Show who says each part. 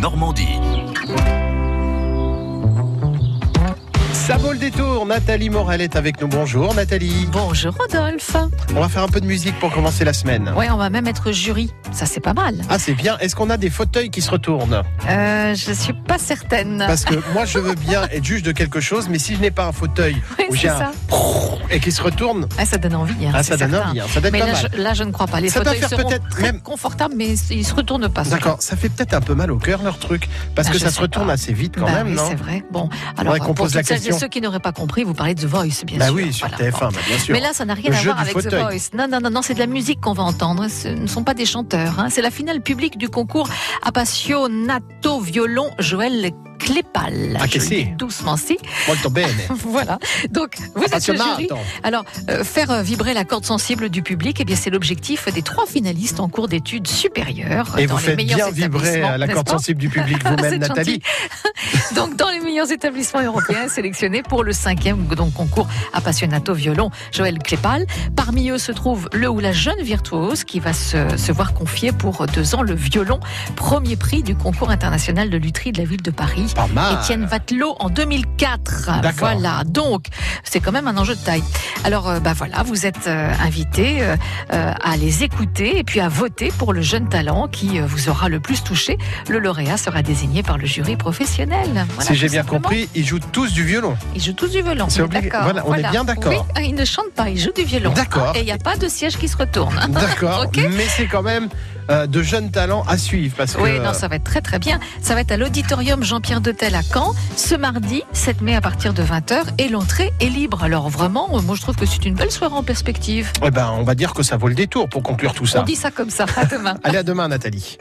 Speaker 1: Normandie.
Speaker 2: Ça vaut le détour. Nathalie Morel est avec nous. Bonjour Nathalie.
Speaker 3: Bonjour Rodolphe.
Speaker 2: On va faire un peu de musique pour commencer la semaine.
Speaker 3: Ouais, on va même être jury. Ça, c'est pas mal.
Speaker 2: Ah c'est bien. Est-ce qu'on a des fauteuils qui se retournent
Speaker 3: Euh, je suis pas certaine.
Speaker 2: Parce que moi je veux bien être juge de quelque chose, mais si je n'ai pas un fauteuil
Speaker 3: Ouais,
Speaker 2: où
Speaker 3: c'est
Speaker 2: j'ai un
Speaker 3: ça.
Speaker 2: et qui se retourne,
Speaker 3: Ah, ça donne envie. hein,
Speaker 2: ah,
Speaker 3: c'est
Speaker 2: ça donne
Speaker 3: certain.
Speaker 2: envie. hein. Ça donne
Speaker 3: Mais
Speaker 2: pas
Speaker 3: là
Speaker 2: mal.
Speaker 3: je, là, je ne crois pas. Les
Speaker 2: Ça doit
Speaker 3: fauteuils
Speaker 2: faire
Speaker 3: seront
Speaker 2: peut-être
Speaker 3: très
Speaker 2: même-
Speaker 3: confortables, mais ils se retournent pas. ceux-là.
Speaker 2: D'accord. Ça fait peut-être un peu mal au cœur leur truc parce
Speaker 3: Ah,
Speaker 2: que
Speaker 3: je
Speaker 2: ça se
Speaker 3: sais
Speaker 2: retourne
Speaker 3: pas.
Speaker 2: assez vite quand
Speaker 3: Bah
Speaker 2: même,
Speaker 3: oui,
Speaker 2: non
Speaker 3: c'est vrai. Bon, alors
Speaker 2: qu'on
Speaker 3: pour
Speaker 2: pose la
Speaker 3: toutes celles
Speaker 2: question.
Speaker 3: et ceux qui n'auraient pas compris, vous parlez de The Voice, bien
Speaker 2: Bah
Speaker 3: sûr.
Speaker 2: oui, sur
Speaker 3: Voilà.
Speaker 2: TF1, bah, bien sûr.
Speaker 3: Mais là, ça n'a rien
Speaker 2: Le
Speaker 3: à
Speaker 2: jeu
Speaker 3: voir
Speaker 2: du
Speaker 3: avec The
Speaker 2: fauteuil.
Speaker 3: Voice. Non, non, non, non, c'est de la musique qu'on va entendre. Ce ne sont pas des chanteurs. hein. C'est la finale publique du concours Appassionato Violon Joël Clépal.
Speaker 2: Ah,
Speaker 3: Je
Speaker 2: qu'est-ce
Speaker 3: le dis
Speaker 2: c'est
Speaker 3: Doucement, si.
Speaker 2: Moi, ton bene.
Speaker 3: voilà. Donc, vous êtes le
Speaker 2: Passionnant,
Speaker 3: jury.
Speaker 2: attends.
Speaker 3: Alors, euh, faire euh, vibrer la corde sensible du public, eh bien, c'est l'objectif des trois finalistes en cours d'études supérieures. euh,
Speaker 2: Et
Speaker 3: dans
Speaker 2: vous
Speaker 3: les
Speaker 2: faites
Speaker 3: meilleurs
Speaker 2: bien vibrer
Speaker 3: établissements,
Speaker 2: euh, la
Speaker 3: n'est-ce
Speaker 2: corde
Speaker 3: pas Ah,
Speaker 2: sensible du public
Speaker 3: C'est
Speaker 2: vous-même, Nathalie.
Speaker 3: gentil. Donc, dans les meilleurs établissements européens sélectionnés pour le cinquième donc, concours Appassionato Violon, Joël Clépal. Parmi eux se trouve le ou la jeune virtuose qui va se, se voir confier pour deux ans le violon, premier prix du concours international de lutherie de la ville de Paris.
Speaker 2: Pas mal.
Speaker 3: Étienne Vatelot en 2004.
Speaker 2: Ah. D'accord.
Speaker 3: Voilà, donc c'est quand même un enjeu de taille. Alors euh, bah voilà, vous êtes invité euh, à les écouter et puis à voter pour le jeune talent qui euh, vous aura le plus touché. Le lauréat sera désigné par le jury professionnel. Voilà,
Speaker 2: si j'ai
Speaker 3: tout
Speaker 2: bien
Speaker 3: simplement.
Speaker 2: compris, ils jouent tous du violon.
Speaker 3: Ils jouent tous du violon.
Speaker 2: C'est obligé.
Speaker 3: D'accord,
Speaker 2: Voilà, on est bien d'accord.
Speaker 3: Oui, euh, ils ne chantent pas, ils jouent du violon.
Speaker 2: D'accord.
Speaker 3: Et il n'y a pas de siège qui se retourne.
Speaker 2: D'accord,
Speaker 3: Ok.
Speaker 2: mais c'est quand même euh, de jeunes talents à suivre parce que
Speaker 3: Oui, non, ça va être très très bien. Ça va être à l'auditorium Jean-Pierre Detel à Caen ce mardi 7 mai à partir de 20h et l'entrée est libre. Alors vraiment, euh, moi je trouve que c'est une belle soirée en perspective.
Speaker 2: eh ben, on va dire que ça vaut le détour pour conclure tout
Speaker 3: On
Speaker 2: ça.
Speaker 3: dit ça comme ça. À demain.
Speaker 2: Allez à demain Nathalie.